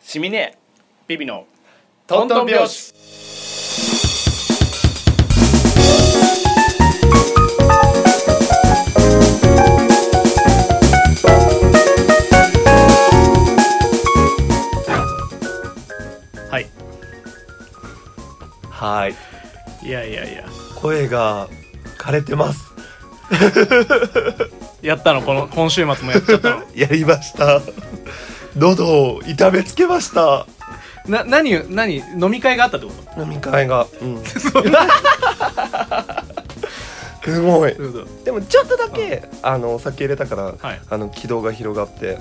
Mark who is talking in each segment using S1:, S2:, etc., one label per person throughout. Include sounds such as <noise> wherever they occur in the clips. S1: シミネビビの
S2: トントン拍子
S1: はい
S2: はい
S1: いやいやいや
S2: 声が枯れてます <laughs>
S1: やったのこの今週末もやっちゃったの
S2: やりました <laughs> 喉を痛めつけました
S1: <laughs> な何何飲み会があったってこ
S2: 飲み会が、うん、 <laughs>
S1: とそんな
S2: すごい
S1: そうそう
S2: でもちょっとだけあのお酒入れたから、
S1: はい
S2: あの軌道が広がってよ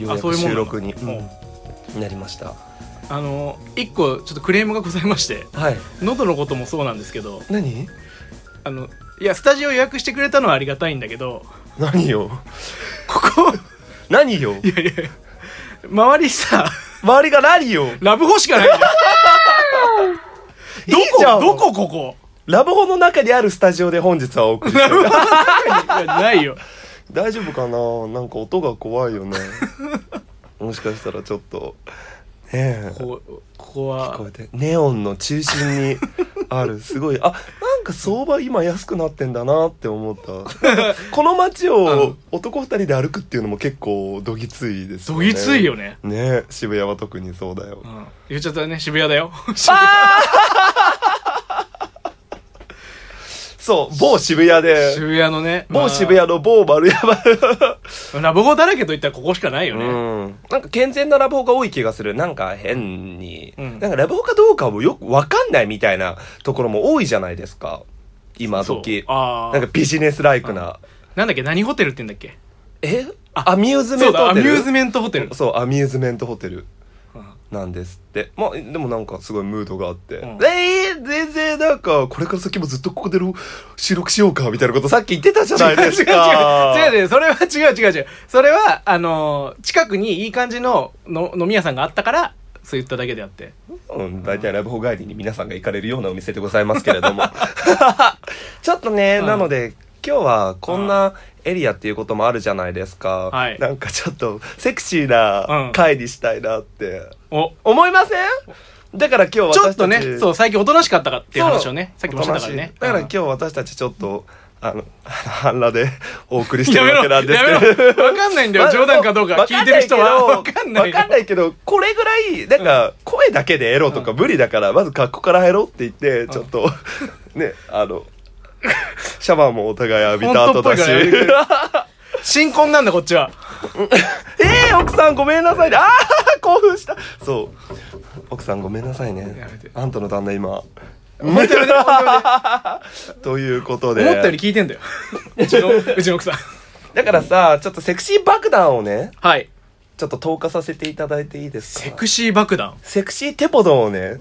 S2: う
S1: あ
S2: や
S1: そう
S2: く
S1: いうもんな
S2: 収
S1: の
S2: 録にう
S1: うん
S2: んなりました
S1: あの一個ちょっとクレームがございまして
S2: はい
S1: 喉のこともそうなんですけど
S2: 何
S1: あのいやスタジオ予約してくれたのはありがたいんだけど
S2: 何よ
S1: ここ
S2: 何よ
S1: いやいや周りさ
S2: 周りが何よ
S1: ラブホしかないんだよど
S2: いいじゃん
S1: こどこここ
S2: ラブホの中にあるスタジオで本日はお送りしてる
S1: いやないよ
S2: 大丈夫かななんか音が怖い
S1: <laughs>
S2: よねもしかしたらちょっとねえ
S1: ここここ
S2: こう
S1: は
S2: やってネオンの中心に
S1: <laughs>
S2: あるすごいあなんか相場今安くなってんだなって
S1: <laughs>
S2: 思ったこの街を男二人で歩くっていうのも結構どぎついですよ
S1: ど
S2: ね
S1: ぎついよね、
S2: ね渋谷は特にそうだよ
S1: うん、言っちゃったね渋谷だよ渋谷
S2: そう某渋谷で
S1: 渋谷のねま
S2: 某
S1: あ
S2: 渋谷の某丸山
S1: ラブホだらけといったらここしかないよ
S2: う
S1: ね、
S2: んなんか健全なラブホが多い気がするなんか変に、
S1: うん
S2: なんかラブホかどうかもよくわかんないみたいなところも多いじゃないですか今
S1: そう
S2: 時
S1: あ
S2: な
S1: あ
S2: んかビジネスライクな
S1: なんだっけ何ホテルって言うんだっけ
S2: えアミューズメ
S1: そ
S2: ン
S1: う
S2: ト
S1: だ
S2: ホ
S1: ア
S2: テ
S1: ミ
S2: ル
S1: ューズメントホテル
S2: そうアミューズメントホテル
S1: うん
S2: なんですってまあでもなんかすごいムードがあって、
S1: うん
S2: えー、全然なんかこれから先もずっとここで収録しようかみたいなことさっき言ってたじゃないです
S1: <laughs>
S2: か
S1: 違う違う違う違う違うそれは違う違う違うそれはあのー近くにいい感じのの飲み屋さんがあったからそう言っただけであって
S2: うん、大体ラブホ帰りに皆さんが行かれるようなお店でございますけれども <laughs> ちょっとね、
S1: うん
S2: なので今日はこんなエリアっていうこともあるじゃないですか、
S1: はい
S2: なんかちょっとセクシー
S1: うん
S2: な会にしたいなって
S1: お
S2: 思いませんだから今日
S1: ち
S2: 私
S1: ょ
S2: た
S1: っとねそう最近おとなしかったかっていう話をね
S2: そ
S1: さ
S2: う
S1: っきもしてたからね
S2: おとなしいだから今日私たちちょっと、あの、半裸でお送りしてるわけ
S1: や
S2: なん
S1: めろ
S2: です
S1: や
S2: けど。
S1: めろわかんないんだよ冗談かどうか
S2: わ
S1: 聞いてる人はわかんない
S2: わかんないけど、これぐらい、なんか、声だけでエロとか無理だから、まず格好から入ろうって言って、ちょっと、ね、あの、シャワーもお互い浴びた後
S1: 本当っぽ
S2: だし。
S1: いからやめてくれ新婚なんだこっちは
S2: <laughs> えー、奥さんごめんなさいね。あー、興奮した。そう。奥さんごめんなさい
S1: や
S2: ね
S1: めて。
S2: あんたの旦那今。
S1: 本当に
S2: <laughs>
S1: 本当に
S2: ということで。
S1: 思ったより聞いてんだようちのうちの奥さん
S2: だからさ、ちょっとセクシー爆弾をね、
S1: はい
S2: ちょっと投下させていただいていいですか
S1: セクシー爆弾
S2: セクシーテポドン
S1: <laughs>
S2: をね、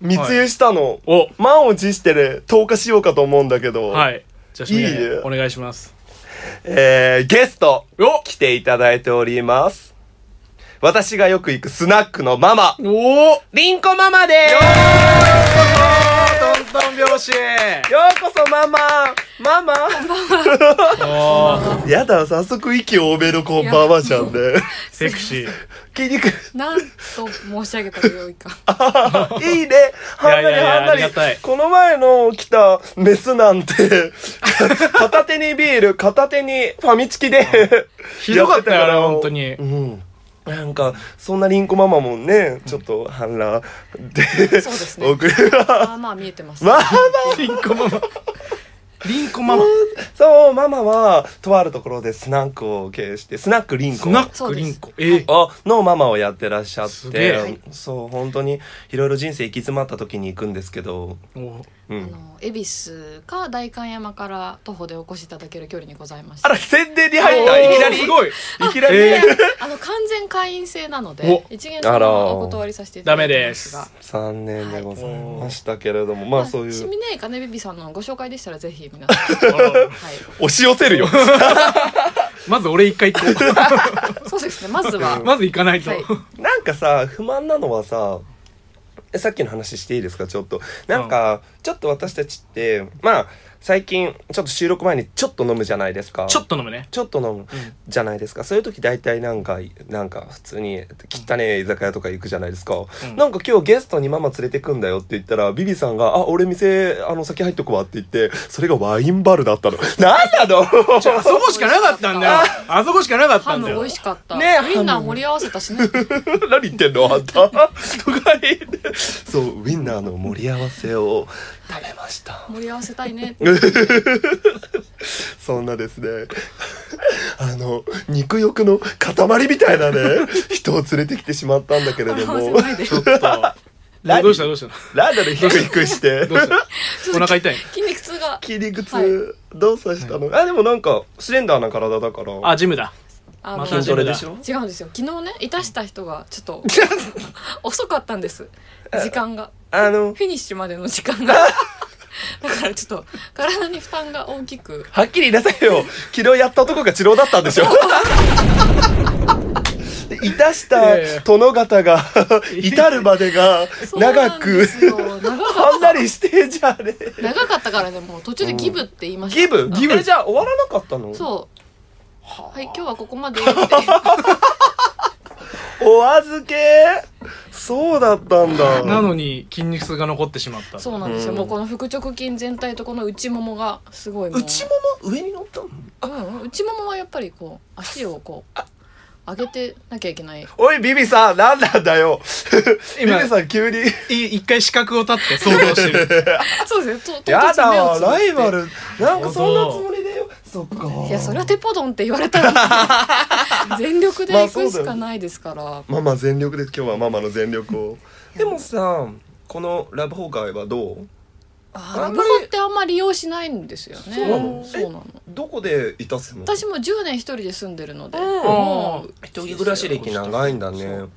S2: 密輸したの。
S1: お
S2: 満を持してね、投下しようかと思うんだけど、
S1: はいじゃあ
S2: いいね
S1: シミネお願いします
S2: えー、ゲスト、
S1: お
S2: 来ていただいております。私がよく行くスナックのママ、
S1: おお
S2: リンコママです
S1: トントン拍子
S2: ようこそママママ
S1: お
S2: やだ、早速息多めのこんばんはじゃん <laughs> で。
S1: セクシー
S2: 筋肉、
S3: なんと申し上げたらよい
S2: <laughs>
S3: か。
S2: いいね。
S1: い
S2: は
S1: や
S2: ん
S1: い
S2: なり
S1: やいや
S2: はんな
S1: ありがたい
S2: り。この前の来たメスなんて、 <laughs> 片手にビール、片手にファミチキで。
S1: ひどかったよあれ
S2: やてら
S1: 本当に
S2: うん。なんか、そんなリンコママもね、ちょっと半裸で、
S3: そうですね
S2: 送る。
S1: <laughs>
S3: まあまあ見えてます。
S2: ママ
S1: リンコママリンコママ
S2: そう、ママは、とあるところでスナックを経営して、スナックリンコ。
S1: スナッ
S3: そ
S1: ク
S3: うです
S1: リンコえ
S2: あのママをやってらっしゃっ
S1: すげ
S2: て、
S1: え
S2: はいそう本当にいろいろ人生行き詰まった時に行くんですけど、
S1: お
S2: う
S3: あ
S2: ん、
S3: の恵比寿か代官山から徒歩でお越しいただける距離にございまし
S2: あ
S3: て。
S2: ら宣伝に入っ
S3: お
S2: た
S3: ー
S2: いきなり
S1: すごい
S2: いきなり、
S1: え
S3: あの完全会員制なので
S1: お
S3: 一元様はお断りさせていただいてます
S1: ダ
S3: が
S1: メ。
S2: 残念でございましたけれども、まあそう
S3: シ
S2: いう
S3: ミネーカネビビさんのご紹介でしたらぜひ皆さん。は
S2: 押し寄せるよ
S1: <laughs> まず俺一回行こ
S3: い。そうですね。まずは
S1: う。 <laughs>
S2: <laughs>
S1: まず行かないと
S3: はい
S2: なんかさ不満なのはさえさっきの話していいですかちょっとなんか、ちょっと私たちってまあ最近ちょっと収録前にちょっと飲むじゃないですか
S1: ちょっと飲むね。
S2: ちょっと飲むじゃないですかそういう時大体なんかなんか普通に汚ねえ居酒屋とか行くじゃないですか、
S1: うん
S2: なんか今日ゲストにママ連れてくんだよって言ったらビビさんが「あ俺店あの酒入っとくわ」って言ってそれがワインバルだったの <laughs> なんなの
S1: じゃあ、あそこしかなかったんだよ。あそこしかなかった
S3: ハ
S1: んだ
S3: ム
S1: よ
S3: 美味。しかった。
S2: ねえ
S3: ウインナー盛り合わせたしね。
S2: 何言ってんのあんたとか言ってそうウィンナーの盛り合わせを食べました
S3: 盛り合わせたいね。
S2: そんなですね <laughs> あの肉欲の塊みたいなね人を連れてきてしまったんだけれ
S1: <laughs>
S2: ど
S3: 盛り合
S2: も
S3: わせないで。
S1: ちょっと。どうしたどうした
S2: ランダで低く低くして <laughs>
S1: どうしたお腹 <laughs> 痛い
S3: 筋肉痛が。
S2: 筋肉
S3: はい
S2: 痛動作したの、あでもなんかスレンダーな体だから
S1: あ、ジムだ。
S3: あ
S1: ま
S3: の、
S1: た筋
S2: 筋
S1: ト
S2: ト
S1: レ
S2: レ
S1: で
S2: で
S1: し
S2: しょ
S3: 違うんですよ昨日ねいたした人がちょっと遅かったんです時間が
S2: あの
S3: フィニッシュまでの時間がだからちょっと体に負担が大きく
S2: はっきり言いなさいよ昨日やったとこが治療だったんで <laughs> しょでいたし
S1: いやいや
S2: た殿方 <laughs> が至るまでが長く
S3: そうなんですよ長か
S2: あんなりしてじゃねえ
S3: 長かったからねもう途中でギブって言いました、
S2: ギブ
S3: ギ
S2: ギブじゃあ終わらなかったの
S3: ブ
S2: う
S3: そうはい今日はここまでって
S2: お預けそうだったんだ
S1: なのに筋肉痛が残ってしまった。
S3: そうなんですよ、
S2: うん
S3: もうこの腹直筋全体とこの内ももがすごいもう
S2: 内もも上に乗ったの
S3: うん、内ももはやっぱりこう足をこう上げてなきゃいけない
S2: おいビビさんなんなんだ <laughs> よビビ
S1: 今
S2: さん急に
S1: い一回資格を立って想像してる。
S3: そうですねと
S2: やだわ
S3: 突然
S2: ラ
S3: 目
S2: イ
S3: をつぶって
S2: バルなんかそんなつもりでよそっか
S3: いやそれはテポドンって言われたら
S2: <laughs>
S3: 全力で行くしかないですから、
S2: ママ全力で今日はママの全力をでもさこのラブホーはどう
S3: あ
S2: あ
S3: ラ
S2: ん
S3: ブ
S2: ま
S3: ホ
S2: り
S3: ってあんまり利用しないんですよね
S2: そうなの
S3: そうなの
S2: どこでいたすの
S3: 私も10年一人で住んでるので、
S2: うん
S3: もう
S2: 一人暮らし歴長いんだ
S1: そ
S2: ね
S1: う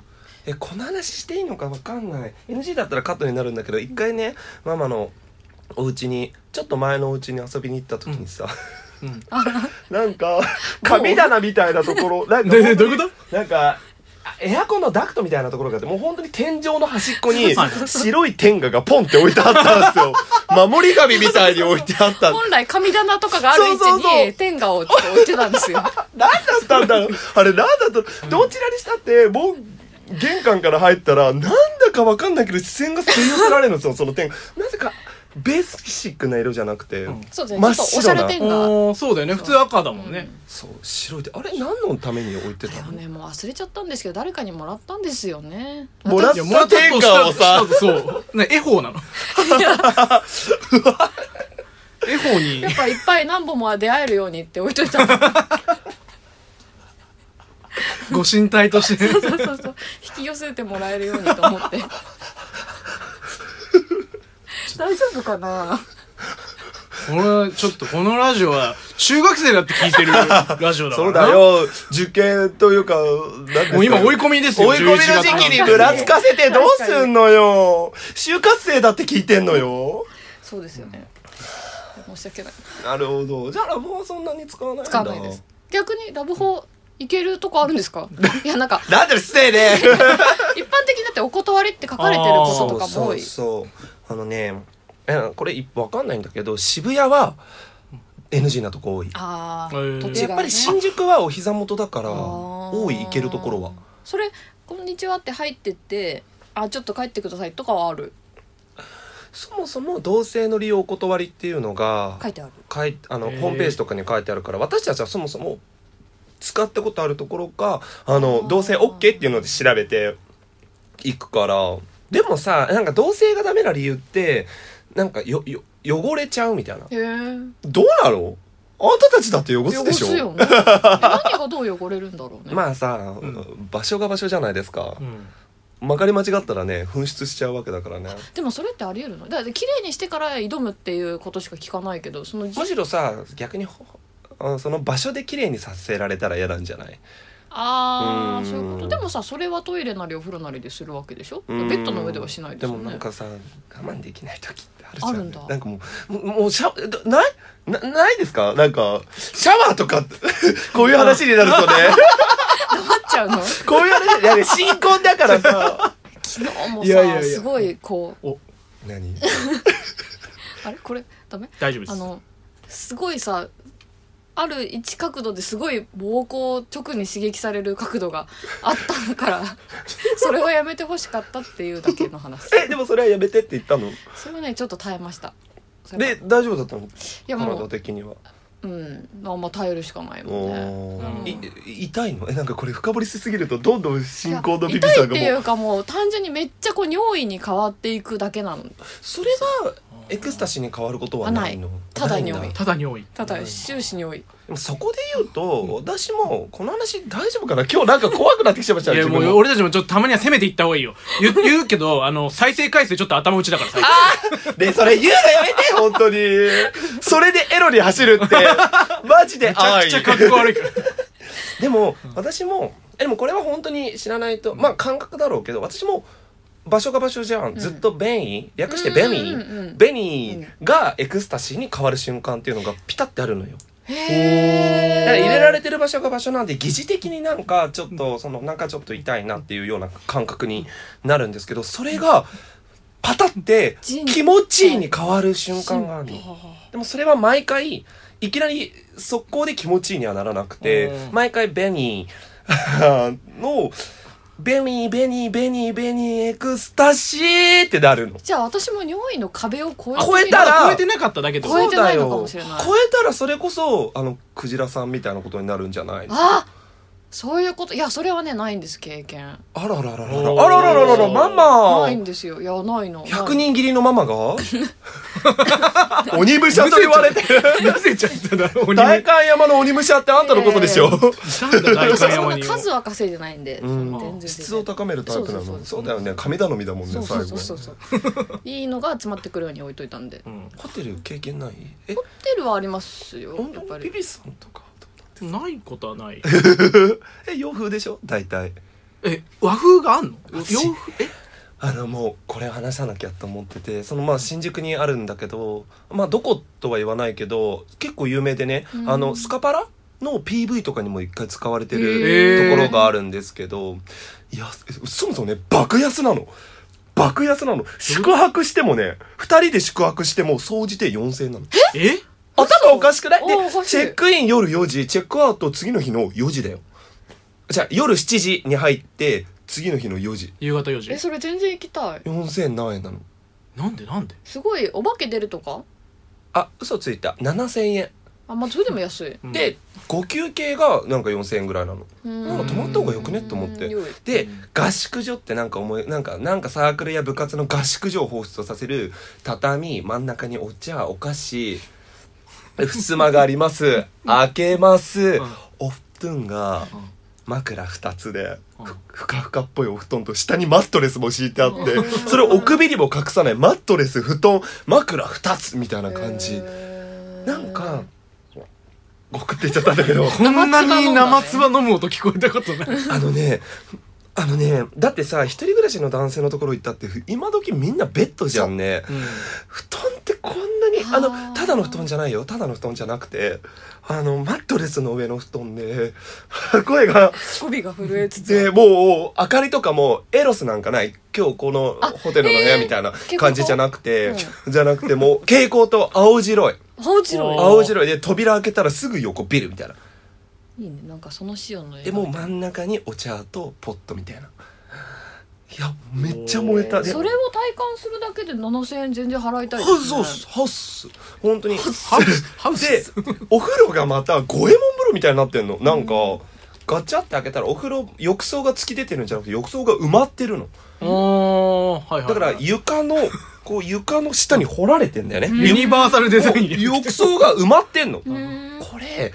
S2: えこの話していいのかわかんない NG だったらカットになるんだけど一回ねママのお家にちょっと前のお家に遊びに行った時にさ、
S1: うん。
S2: <laughs> な
S1: <laughs>
S2: んか神棚みたいなところなんか
S1: で、でどういうこ
S2: なんかあエアコンのダクトみたいなところがあってもう本当に天井の端っこに
S1: はい
S2: 白い天下がポンって置いてあったんで
S1: <laughs>
S2: すよ守り神みたいに置いてあった
S3: 本来神棚とかがある位
S2: そうそうそ
S3: 置
S2: う
S3: に天下を置いてたんですよ
S2: 何だったんだろうあれ何だったどちらにしたってもう玄関から入ったらなんだかわかんないけど視線が吸い寄せられるんですよその天下なぜかベーシックな色じゃなくて、
S1: うん
S3: そうですねち
S2: 真
S3: ょっ
S2: っ
S3: とお
S2: 白
S3: しゃれ
S2: な
S3: 天下
S1: とあーそうだよね。普通赤だもんね。
S2: そう白いってあれ何のために置いて
S3: あれ
S2: た
S3: は
S2: の
S3: ねもう忘れちゃったんですけど誰かにもらったんですよね
S2: もらっ
S1: いや、もらっ
S2: た
S1: たと
S2: 天
S1: し
S2: 下
S1: た
S2: をさ
S1: としたそう。ね、絵法
S2: <laughs>
S1: なの。絵法に
S3: やっ。ぱいっぱい何本も出会えるようにって置いといたの
S1: ご神体として。
S3: そうそうそう引き寄せてもらえるようにと
S2: <laughs>
S3: 思って大丈夫かな
S1: 俺はちょっとこのラジオは中学生だって聞いてるラジオだからな
S2: <laughs> そうだよ受験というかなんですか
S1: もう今追い込みですよ
S2: 追い込みの時期にぶらつかせてどうすんのよ就活生だって聞いてんのよ
S3: そうですよね。申し訳ない。
S2: なるほどじゃあラボはそんなに使わないんだ
S3: 使わないです。逆にラブホ行けるとこある
S2: <laughs>
S3: んですか？いやなんか
S2: なんで失礼ね
S3: 一般的にだってお断りって書かれてることとかも多い。
S2: そうそうあのねえこれいわかんないんだけど渋谷は NG なとこ多い
S3: ああ、
S1: へえ
S3: 土地がね。
S2: やっぱり新宿はお膝元だから
S3: あー
S2: 多い行けるところは。
S3: それこんにちはって入ってって、あちょっと帰ってくださいとかはある。
S2: そもそも同性の利用お断りっていうのが
S3: 書いてある。
S2: かいあの
S1: へー
S2: ホームページとかに書いてあるから私たちはそもそも使ったことあるところかあの
S3: あー
S2: 同性 OK っていうので調べていくからでもさなんか同性がダメな理由ってなんかよよ汚れちゃうみたいな
S3: へえ。
S2: どうなのあんたたちだって汚す
S3: 汚
S2: でし
S3: す
S2: ょ
S3: よね。え
S2: <laughs>
S3: 何がどう汚れるんだろうね。
S2: まあさ、
S1: うん
S2: 場所が場所じゃないですか
S1: う、ん
S2: 曲がり間違ったらね紛失しちゃうわけだからね
S3: でもそれってあり得るの？だって綺麗にしてから挑むっていうことしか聞かないけど、その
S2: むしろさ逆にほあその場所で綺麗にさせられたら嫌なんじゃないう
S3: ああ
S2: ん
S3: そういうことでもさそれはトイレなりお風呂なりでするわけでしょベ
S2: うん
S3: ッドの上ではしないです
S2: で
S3: よ
S2: も
S3: ね
S2: なんかさ我慢できない時ってあるじゃん
S3: あるんだ
S2: なんかもうもうもうシャどないなないですかなんかシャワーとか <laughs> こういう話にな <laughs> るとね
S3: 黙っちゃうの
S2: <laughs> こういう話いやね新婚だからさ
S3: 昨日も
S1: いやいやいや
S3: さすごいこう
S2: <laughs> 何
S3: あれこれダメ
S1: 大丈夫で
S3: あ
S1: す
S3: のすごいさある一角度ですごい膀胱を直に刺激される角度があったから
S2: <laughs>
S3: それはやめてほしかったっていうだけの話
S2: えでもそれはやめてって言ったの
S3: それはねちょっと耐えましたそれは
S2: で大丈夫だったの
S3: いやも
S2: 体
S3: う
S2: 的には
S3: うんまあまあ耐えるしかないもん
S1: う
S2: お
S3: ね
S1: ん
S2: ーい痛いのえなんかこれ深掘りしすぎるとどんどん進行の
S3: い
S2: ビ
S3: や
S2: ビさん
S3: 痛いってい
S2: がもう
S3: うかもう単純にめっちゃこう尿意に変わっていくだけなの
S2: それがエクスタシーに変わることはないの
S3: ただ
S2: に
S3: 尿意
S1: ただ尿意
S3: ただ終始尿意
S2: でもそこで言うと、私もこの話大丈夫かな今日なんか怖くなってきちゃいました
S1: い
S2: ね
S1: や
S2: 自
S1: も
S2: 分
S1: う
S2: も
S1: 俺たちもちょっとたまには攻めていった方がいいよ言言う <laughs> けどあの再生回数ちょっと頭打ちだから最近
S2: でそれ言うのやめて本当にそれでエロに走るってマジで
S1: めちゃくちゃ
S2: あ
S1: 格好悪いから
S2: <laughs> いでも私もえでもこれは本当に知らないとまあ感覚だろうけど私も場所が場所じゃん、ずっと便意略してベニ
S3: うんうんう
S2: ー
S3: ん
S2: ベニーがエクスタシーに変わる瞬間っていうのがピタってあるのよだから入れられてる場所が場所なんで疑似的になんかちょっとそのなんかちょっと痛いなっていうような感覚になるんですけどそれがパタって
S3: ジン
S2: 気持ちいいに変わる瞬間があるのでもそれは毎回いきなり速攻で気持ちいいにはならなくて
S1: うん
S2: 毎回ベニー <laughs> のベニーベニーベニーベニーエクスタシーってなるの
S3: じゃあ私も尿意の壁を越えて
S2: 超えたら
S1: 超えてなかっただけど
S3: 超えてないのかもしれない
S2: そうだよ超えたらそれこそあのクジラさんみたいなことになるんじゃない
S3: あそういうこといやそれはねないんです経験
S2: あらららららら
S1: おー
S2: あらららららママ
S3: ないんですよいやないの
S2: 100人切りのマ
S3: <laughs>
S2: マが鬼武者と言われてる
S1: なぜちゃっただろう鬼め
S2: 大観山の鬼武者ってあんたのことでしょ、
S1: なんだ大
S3: <laughs> そ
S1: 観
S3: ん
S1: 山
S3: な
S1: に
S3: 数は稼いでないんで、
S2: うん
S3: 全然全然
S2: 質を高めるタイプなの
S3: そうそ
S2: そ
S3: うそうう
S2: だよね神頼みだもんね
S3: そう
S2: 最
S3: そ
S2: 後
S3: うそうそうそういいのが集まってくるように置いといたんで
S1: うん
S2: ホテル経験ないえ
S3: ホテルはありますよ
S2: 本
S3: やっ
S2: 当
S3: ぱ
S2: にビ
S3: り
S2: ビさんとかど
S1: ないことはない
S2: うだったえ洋風でしょ大体
S1: え和風があんの洋
S2: 私
S1: 風え
S2: あのもうこれ話さなきゃと思っててそのまあ新宿にあるんだけどまあどことは言わないけど結構有名でね、
S3: うん
S2: あのスカパラの PV とかにも一回使われて
S1: へ
S2: る
S1: ー
S2: ところがあるんですけど、いやそもそもね爆安なの爆安なの宿泊してもね2人で宿泊しても総じて4000円なの
S1: え
S2: 頭おかしくないで
S3: おー欲しい
S2: チェックイン夜4時チェックアウト次の日の4時だよじゃあ夜7時に入って次の日の4時
S1: 夕方4時
S3: えそれ全然行きたい
S2: 4000何円なの
S1: なんでなんです
S3: ごいお化け出るとか
S2: あ嘘ついた7000円、
S3: あまあそれでも安い
S1: うん
S2: でご休憩がなんか4000円ぐらいなの
S3: な
S2: なんか泊まった方がよくねって思って
S3: よい
S2: で、
S1: うん
S2: 合宿所ってなんか思いなんかなんかサークルや部活の合宿所を放出させる畳真ん中にお茶お菓子襖があります開けます
S1: うん
S2: お布団が
S1: うん
S2: 枕2つで
S1: うん
S2: ふふかふかっぽいお布団と下にマットレスも敷いてあってそれをお首にも隠さないマットレス布団枕2つみたいな感じ。
S3: へー
S2: なんか、送って言っちゃったんだけ
S3: <laughs>
S2: ど、
S1: こんなに生唾飲む音聞こえたことない
S2: あのね、あのね、だってさ、一人暮らしの男性のところ行ったって、ふ今時みんなベッドじゃんね。布団ってこんなに、あ
S3: あー
S2: の、ただの布団じゃないよ。ただの布団じゃなくて、あの、マットレスの上の布団で、 <laughs> 声が、
S3: 語尾が震えつつ
S2: で、もう、明かりとかも、エロスなんかない。今日このホテルの部屋みたいな
S3: 蛍光
S2: 感じじゃなくて <laughs>
S3: 灯、
S2: じゃなくて、もう、蛍光と青白い。
S3: 青白
S1: お
S3: い
S1: ー
S2: 青白いで、扉開けたらすぐ横ビルみたいな。
S3: いいねなんかその仕様の絵
S2: でもう真ん中にお茶とポットみたいな。いや、めっちゃ燃えた。で
S3: それを体感するだけで7000円全然払いたいです、
S2: ハ
S3: ね、
S2: ウス、ハウス。本当に。で、
S1: ハウ <laughs> スハウス
S2: お風呂がまた五右衛門風呂みたいになってんの。なんか、ガチャって開けたらお風呂、浴槽が突き出てるんじゃなくて浴槽が埋まってるの。
S1: おーはいは
S2: だ
S1: い
S2: から床の、こう床の下に掘られてんだよね。
S1: ユニバーサルデザイン
S2: ゆ浴槽が埋まってんの。
S3: うーん
S2: これ、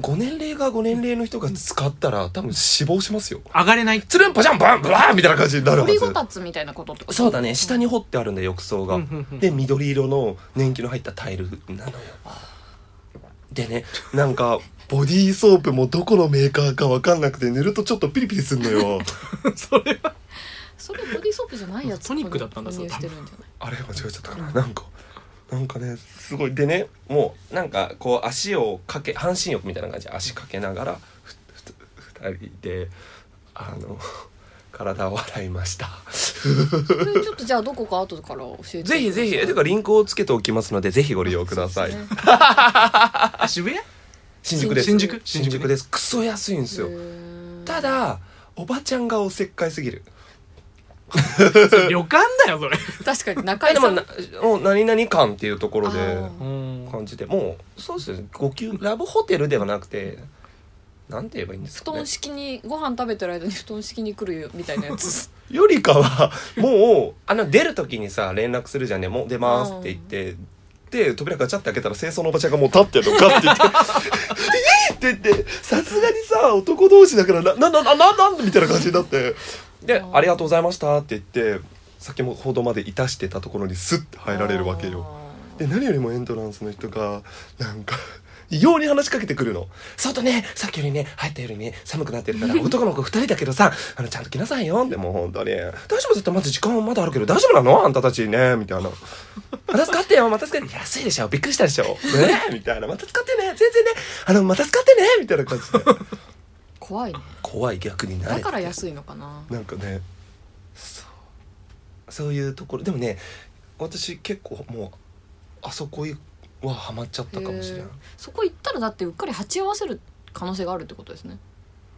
S2: ご年齢がご年齢の人が使ったら多分死亡しますよ。
S1: 上がれない
S2: つるんぽじゃんバンブワーみたいな感じになるは
S3: 掘
S2: ず。
S3: りごたつみたいなことってこと
S2: そうだね下に掘ってあるんだよ浴槽が、
S1: うんうんうん
S2: で緑色の年季の入ったタイルなのよでねなんかボディーソープもどこのメーカーかわかんなくて塗るとちょっとピリピリすんのよ
S1: それは
S3: それボディーソープじゃないやつ
S1: ソニックだったんだ
S3: 購入
S1: そ
S3: <laughs> し
S1: れ
S3: てるんじゃない
S2: あれ間違えちゃったかななんかなんかねすごいでねもうなんかこう足をかけ半身浴みたいな感じで足かけながらふふふ二人であの体を洗いました
S3: それちょっとじゃあどこか後から教えて
S2: ぜひぜひ、え、てかリンクをつけておきますので、ぜひご利用ください。
S3: そう
S1: あ、渋谷
S2: 新宿です。
S1: 新宿
S2: 新宿です。クソ安いんです
S3: です
S2: よ
S3: ね。へー
S2: ただ、おばちゃんがおせっかいすぎる。
S1: それ旅館だよ、それ。
S3: 確かに中
S2: はい、
S3: 井
S2: で
S3: さ
S2: も、
S3: ん
S2: なもう何々感っていうところ
S3: あ
S2: で
S3: ー
S1: うん
S2: 感じて、もう、そうですよね。ご級、ラブホテルではなくて、なんて言えばいいんです
S3: 布
S2: かね
S3: 団。敷きにご飯食べてる間に布団敷きに来るよみたいなやつ
S2: よりか <laughs> は、もう、あの、出る時にさ、連絡するじゃんね。もう出ますって言って、で、扉ガチャって開けたら清掃のおばちゃんがもう立ってるのかって <laughs> 言って、えーって言って、さすがにさ、男同士だから、な、な、な、な、な、なんみたいな感じになって、で、ありがとうございましたって言って、先ほどまでいたしてたところにスッ
S1: <laughs>
S2: て入られるわけよ。
S3: あ
S2: で、何よりもエントランスの人が、なんか、 <laughs> 異様に話しかけてくるの。外ね、さっきよりね、入ったよりね、寒くなってるから、男の子二人だけどさ、あの、ちゃんと来なさいよ。でも、本当に。大丈夫絶対まだ時間まだあるけど、大丈夫なのあんたたちね、みたいな。また使ってよ、また使って。安いでしょ、びっくりしたでしょ。ねみたいな。また使ってね、全然ね、あの、また使ってね、みたいな感じで。
S3: ー怖いね
S2: 怖い、逆にな
S3: だ
S2: れて
S3: から安いのかな
S2: なんかねそうそういうところでもね私結構もうあそこはハマっちゃったかもしれ
S3: へ
S2: な
S3: ー
S2: い
S3: そこ行ったらだってうっかり鉢合わせる可能性があるってことですね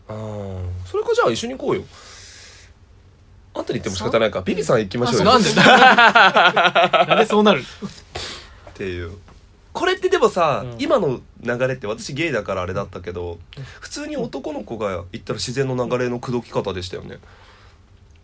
S2: あーそれかじゃあ一緒に行こうよあんたに行っても仕方ないかビビさん行きましょうよ
S1: なんで <laughs> なんでそうなる
S2: っていうこれってでもさ、
S1: うん
S2: 今の流れって私ゲイだからあれだったけど普通に男の子が行ったら自然の流れの口説き方でしたよね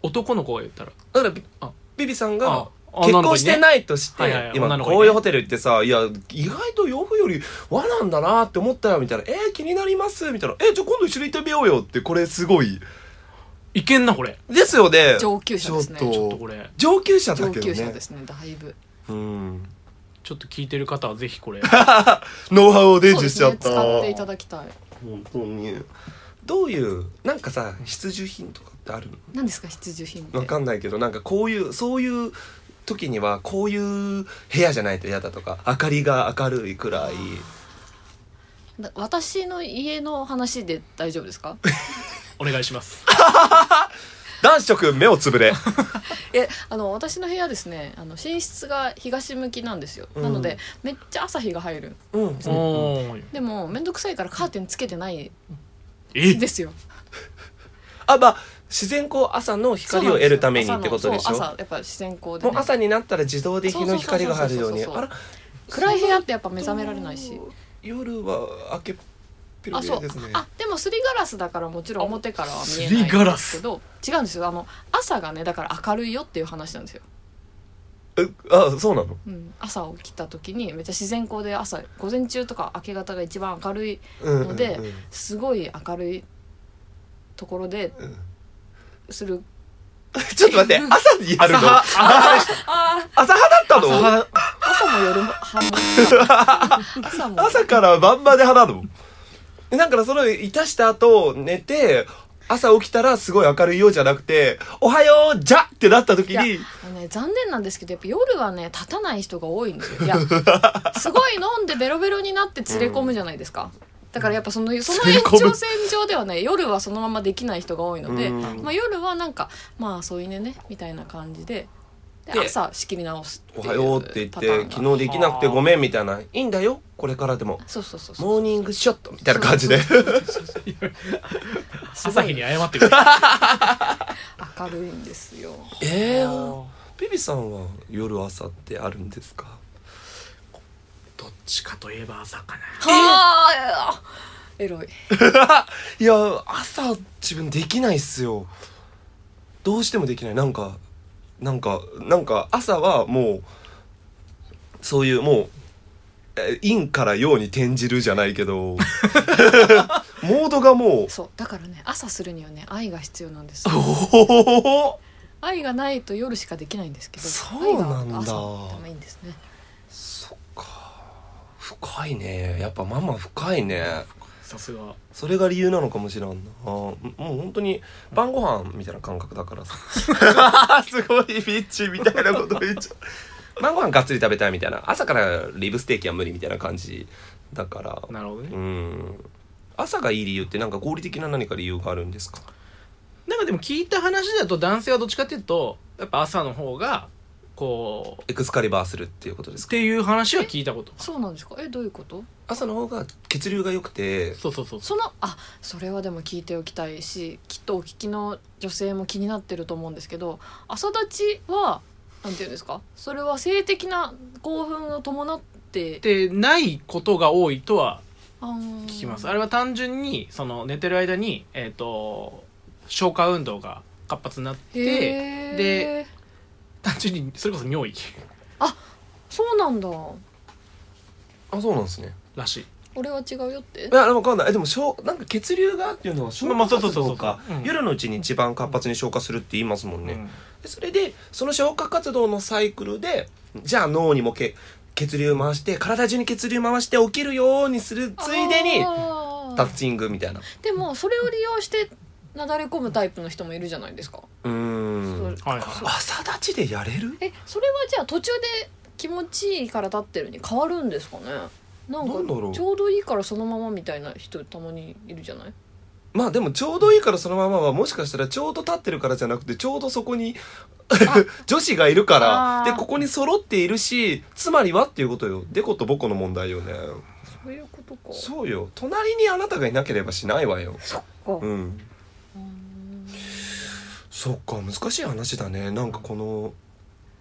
S1: 男の子が言ったら。
S2: だからビ
S1: あ
S2: ビビさんが
S1: ああ
S2: 結婚してないとして、
S1: はいはいはい女
S2: 今
S1: の子にね
S2: こういうホテル行ってさ「いや意外と洋服より和なんだな」って思ったよみたいな「えー、気になります」みたいな「えじゃあ今度一緒に行ってみようよ」ってこれすごい
S1: いけんな、これ。
S2: ですよ <laughs> ね
S3: 上級者ですね
S2: ちょっと
S1: ちょっとこれ、
S2: 上級者だ
S3: 上
S2: け
S3: 級
S2: ど
S3: 者
S2: ね
S3: ですねだいぶ
S2: うん
S1: ちょっと聞いてる方はぜひこ <laughs> れ。
S2: ノウハウを伝
S3: そう
S2: 授
S3: で
S2: し
S3: す
S2: ちゃ
S3: ね
S2: った
S3: 使っていただきたい
S2: 本当にどういうなんかさ必需品とかってあるの
S3: 何ですか必需品って
S2: わかんないけどなんかこういうそういう時にはこういう部屋じゃないと嫌だとか明かりが明るいくらい
S3: な私の家の話で大丈夫で
S2: <laughs>
S3: すか
S1: お願いします。
S2: 男子諸君目をつぶれ
S3: えあの私の部屋ですねあの寝室が東向きなんですよ、
S2: うん
S3: なのでめっちゃ朝日が入る
S2: うん、
S1: おーい
S3: でも面倒くさいからカーテンつけてない
S1: え
S3: ですよ
S2: あまあ自然光朝の光を得るためにってことでしょ
S3: そうなんですよ朝のそう朝やっぱ自然光で、
S2: もう
S3: ね、
S2: 朝になったら自動で日の光が入るように
S3: そうそう
S2: あ
S3: そうそうそう
S2: ら
S3: 暗い部屋ってやっぱ目覚められないし
S2: 夜は明けっぺ
S3: あ
S2: ろ
S3: そう
S2: ですね
S3: あでもすりガラスだからもちろん表からは見え
S1: す
S3: な
S1: り
S3: い
S1: ガ
S3: ん
S1: ラ
S3: で
S1: ス
S3: すけど違うんですよあの朝がねだから明るいよっていう話なんですよ、
S2: えあそうなの <laughs>
S3: うん、朝起きた時にめっちゃ自然光で朝午前中とか明け方が一番明るい
S2: うん
S3: のですごい明るいところで
S2: うん
S3: する
S2: ちょっと待って朝にやるの
S1: 朝は
S2: 朝派だったの朝
S3: 朝も夜も半
S2: <laughs>
S3: 分朝も
S2: から晩まで派なのえだからそのいたした後寝て朝起きたらすごい明るいようじゃなくて「おはようじゃ!」ってなった時
S3: いや
S2: に
S3: あのね、残念なんですけどやっぱ夜はね立たない人が多いんです
S2: <laughs>
S3: よいやすごい飲んでベロベロになって連れ込むじゃないですか、だからやっぱそのその
S2: 連
S3: 延
S2: れ込む
S3: 長線上ではね夜はそのままできない人が多いので、
S2: うん
S3: まあ、夜はなんかまあそういうねねみたいな感じでで
S2: で
S3: 朝仕切り直す
S2: おはようって言
S3: パターン
S2: っ
S3: が
S2: て、昨日できなくてごめんみたいな、いいんだよ、これからでも。
S3: そうそうそうそう
S2: モーニングショットみたいな感じで。
S3: すご
S1: 朝日
S3: い
S1: に謝ってくれ。
S3: 明るいんですよ
S2: <laughs> ええピビさんは夜朝ってあるんですか
S1: どっちかといえば朝かな。
S3: はあエロい
S2: <laughs> いや、朝自分できないっすよ。どうしてもできない。なんか、なんか、なんか朝はもう、そういうもう、え陰から陽に転じるじゃないけ <laughs> ど、モードがもう、
S3: そうだからね朝するにはね愛が必要なんですよ
S2: <laughs> おお
S3: 愛がないと夜しかできないんですけど
S2: そうなんだ
S3: 愛が朝でもいいんですね
S2: そっか深いねやっぱママ深いね
S1: さすが。
S2: それが理由なのかもしれんなあーもう本当に晩ご飯みたいな感覚だからさ <laughs> すごいビッチみたいなこと言っちゃう <laughs> 晩ご飯がっつり食べたいみたいな朝からリブステーキは無理みたいな感じだから
S1: なるほどね
S2: う。ん朝がいい理由ってなんか合理的な何か理由があるんですか
S1: なんかでも聞いた話だと男性はどっちかっていうとやっぱ朝の方がこう
S2: エクスカリバーするっていうことで
S1: っ
S2: すか
S1: ていう話は聞いたこと
S3: そうなんですかえどういうこと
S2: 朝の方が血流が良くて
S1: そうそうそう
S3: そのあそれはでも聞いておきたいしきっとお聞きの女性も気になってると思うんですけど朝立ちはなんていうんですかそれは性的な興奮を伴って
S1: でないことが多いとは
S3: あー
S1: 聞きますあれは単純にその寝てる間に、えー、と消化運動が活発になっ
S3: へ
S1: て
S3: ー
S1: で単純にそれこそ尿意
S3: そうなんだ
S2: あそうなんですね
S1: らしい
S3: 俺は違うよって
S2: いやでもわかんないえでもしょうなんか血流がっていうのは消
S1: ま
S2: 化
S1: あそうそう
S2: 活
S1: そうそ
S2: 動
S1: う
S2: か
S1: うん
S2: 夜のうちに一番活発に消化するって言いますもんね、
S1: うん
S2: でそれでその消化活動のサイクルでじゃあ脳にもけ血流回して体中に血流回して起きるようにするついでに
S3: あー
S2: タッチングみたいな
S3: でもそれを利用してなだれ込むタイプの人もいるじゃないですか、
S2: うーん
S3: そ
S1: はいはい
S3: そ
S2: 朝立ちでやれる
S3: えそれはじゃあ途中で気持ちいいから立ってるに変わるんですかねなんか
S2: なんだろう
S3: ちょうどいいからそのままみたいな人たまにいるじゃない
S2: まあでもちょうどいいからそのままはもしかしたらちょうど立ってるからじゃなくてちょうどそこに <laughs> 女子がいるから
S3: あー
S2: でここに揃っているしつまりはっていうことよデコとボコの問題よね
S3: そういうことか
S2: そうよ隣にあなたがいなければしないわよ
S3: そっか
S2: うん
S3: うん
S2: そっか難しい話だねなんかこの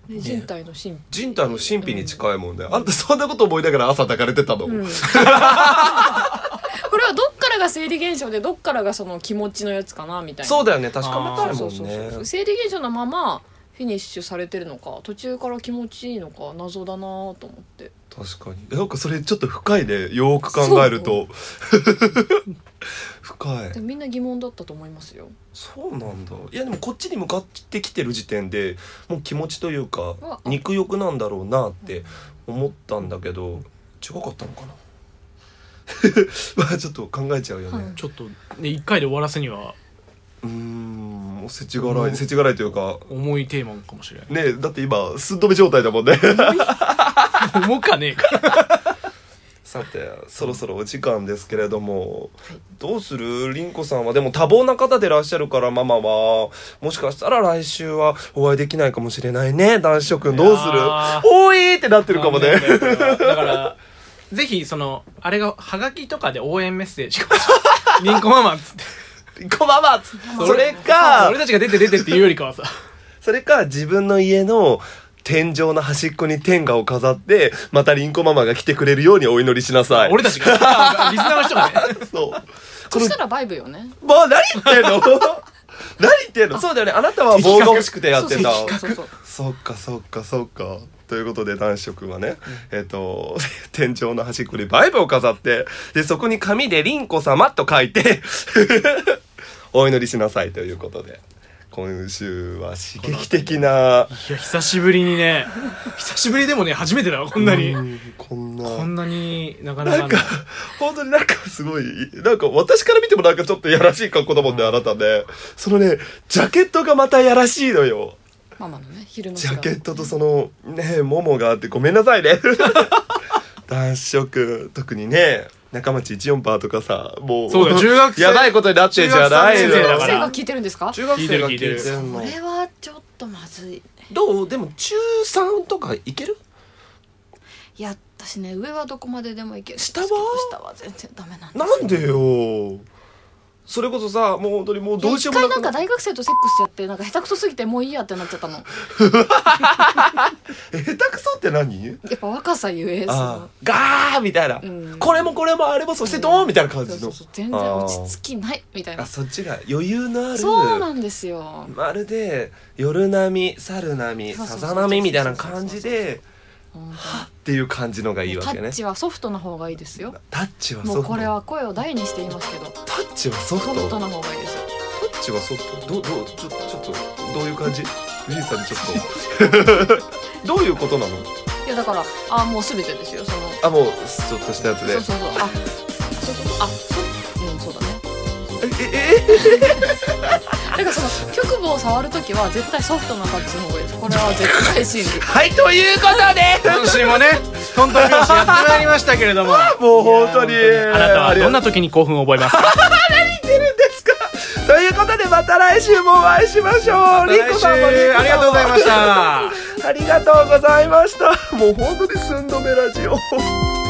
S3: ね人体の神秘
S2: 人体の神秘に近いもんだよあんたそんなこと思いながら朝抱かれてたの、
S3: うん、これはどっからが生理現象でどっからがその気持ちのやつかなみたいな
S2: そうだよね確かめたい
S3: そ
S2: も
S3: うそ
S2: ん
S3: うそうそう
S2: ね
S3: 生理現象のままフィニッシュされてるのか途中から気持ちいいのか謎だなぁと思って
S2: 確かになんかそれちょっと深いねよーく考えると <laughs> 深い
S3: でもみんな疑問だったと思いますよ
S2: そうなんだいやでもこっちに向かってきてる時点でもう気持ちというか
S3: うわ
S2: 肉欲なんだろうなって思ったんだけど違かったのかな <laughs> まあちょっと考えちゃうよね、
S3: はいう
S1: ちょっとね一回で終わらせには
S2: うーんおせちがらいせちがらいというか
S1: 重いテーマかもしれな
S2: ねえだって今寸止め状態だもんね
S1: い重かねえから
S2: さてそろそろお時間ですけれども、
S3: い
S2: どうする凛子さんはでも多忙な方でいらっしゃるからママはもしかしたら来週はお会いできないかもしれないね男子諸君どうする
S1: いやー
S2: おいってなってるかもね <laughs>
S1: 残念だよこれはだからぜひそのあれがはがきとかで応援メッセージリンコママっつって
S2: こんばんは
S3: そ
S2: <laughs>
S3: う
S2: それか
S1: 俺たちが出て出てっていうよりかはさ
S2: それか自分の家の天井の端っこに天下を飾ってまた凛子ママが来てくれるようにお祈りしなさい
S1: 俺たちがあリスナーの人がね
S2: そう
S3: そしたらバイブよね
S2: もう何言ってんの <laughs> 何言ってんのそうだよねあなたは棒が欲しくてやってた
S3: そうそうそうそう
S2: そっかそっかそっかということで男子君はね、えっ、と <laughs> 天井の端っこにバイブを飾ってでそこに紙で「凛子様」と書いて <laughs> お祈りしなさいということで今週は刺激的ない
S1: や久しぶりにね久しぶりでもね初めてだわこんなに、
S2: うんこんな
S1: こんなになかな
S2: な
S1: か
S2: んか本当になんかすごいなんか私から見てもなんかちょっとやらしい格好だもんねあなたねそのねジャケットがまたやらしいのよ
S3: ママのね昼の
S2: ジ
S3: 時
S2: ャ
S3: 間
S2: ケットとそのねももがあってごめんなさい
S3: <laughs>
S2: ね男子色特にね中町14パーとかさもう
S1: そうだ
S2: <laughs>
S1: よ中学生
S2: やばいことになってんじゃない
S1: 中
S2: の
S1: 学生だ
S3: 先
S1: か
S3: 生
S1: ら
S3: が聞いてるんですか
S2: 中学生が
S1: 聞いてる聞いてる
S2: ん
S3: こ
S2: の
S3: れはちょっとまずい
S2: どうでも中3とかいける
S3: いや私ね上はどこまででもいけるんですけど
S2: 下は
S3: 下は全然ダメなんです
S2: なんでよそれこそさもう本当にもうどうし
S3: 一
S2: ようも
S3: 回
S2: な
S3: な
S2: く
S3: んか大学生とセックスやってなんか下手くそすぎてもういいやってなっちゃったのや
S2: え下手くそって何
S3: っぱ若さゆえそ
S2: ああ
S3: の
S2: ガーみたいな、
S3: うん
S2: これもこれもあれもそしてどう、みたいな感じ
S3: そ
S2: の
S3: うそうそう全然落ち着きないみたい
S2: あ
S3: な
S2: そっちが余裕のある
S3: そうなんですよ
S2: まるで夜波猿波
S3: そうそうそう
S2: さざ波みたいな感じで
S3: 本
S2: っていう感じのが
S3: 当
S2: い
S3: に
S2: い
S3: もう
S2: わ
S3: タ
S2: けね
S3: ッチはソフトな方がいいですよ
S2: タッチはソ
S3: も
S2: フ
S3: う
S2: ト
S3: これは声を大にして言いますけど
S2: タッチはソフ
S3: ソ
S2: ト
S3: フト
S2: タ
S3: な方がいいですよ
S2: ッチはソフトどうどうちょちょっとどういう感じ
S3: <laughs>
S2: リリーさんにちょっと <laughs> どういうことなの
S3: いやだからあもう全てですよその
S2: あもうちょっとしたやつで
S3: そうそうそうあそういうことあそううんそうだね
S2: えええ
S3: だからその局部を触るときは絶対ソフトなタッチの方がいいですこれは絶対信じる
S2: はいということで
S1: 今週もねトントン拍子やってまいりましたけれども
S2: <laughs> もう本当に
S1: いや本あなたはどんな時に興奮を覚えますか
S2: ですかということでままた来週もお会いしましょう。リンコさんもリンコさんも
S1: ありがとうございました。
S2: ありがとうございました。もう本当に寸止めラジオ。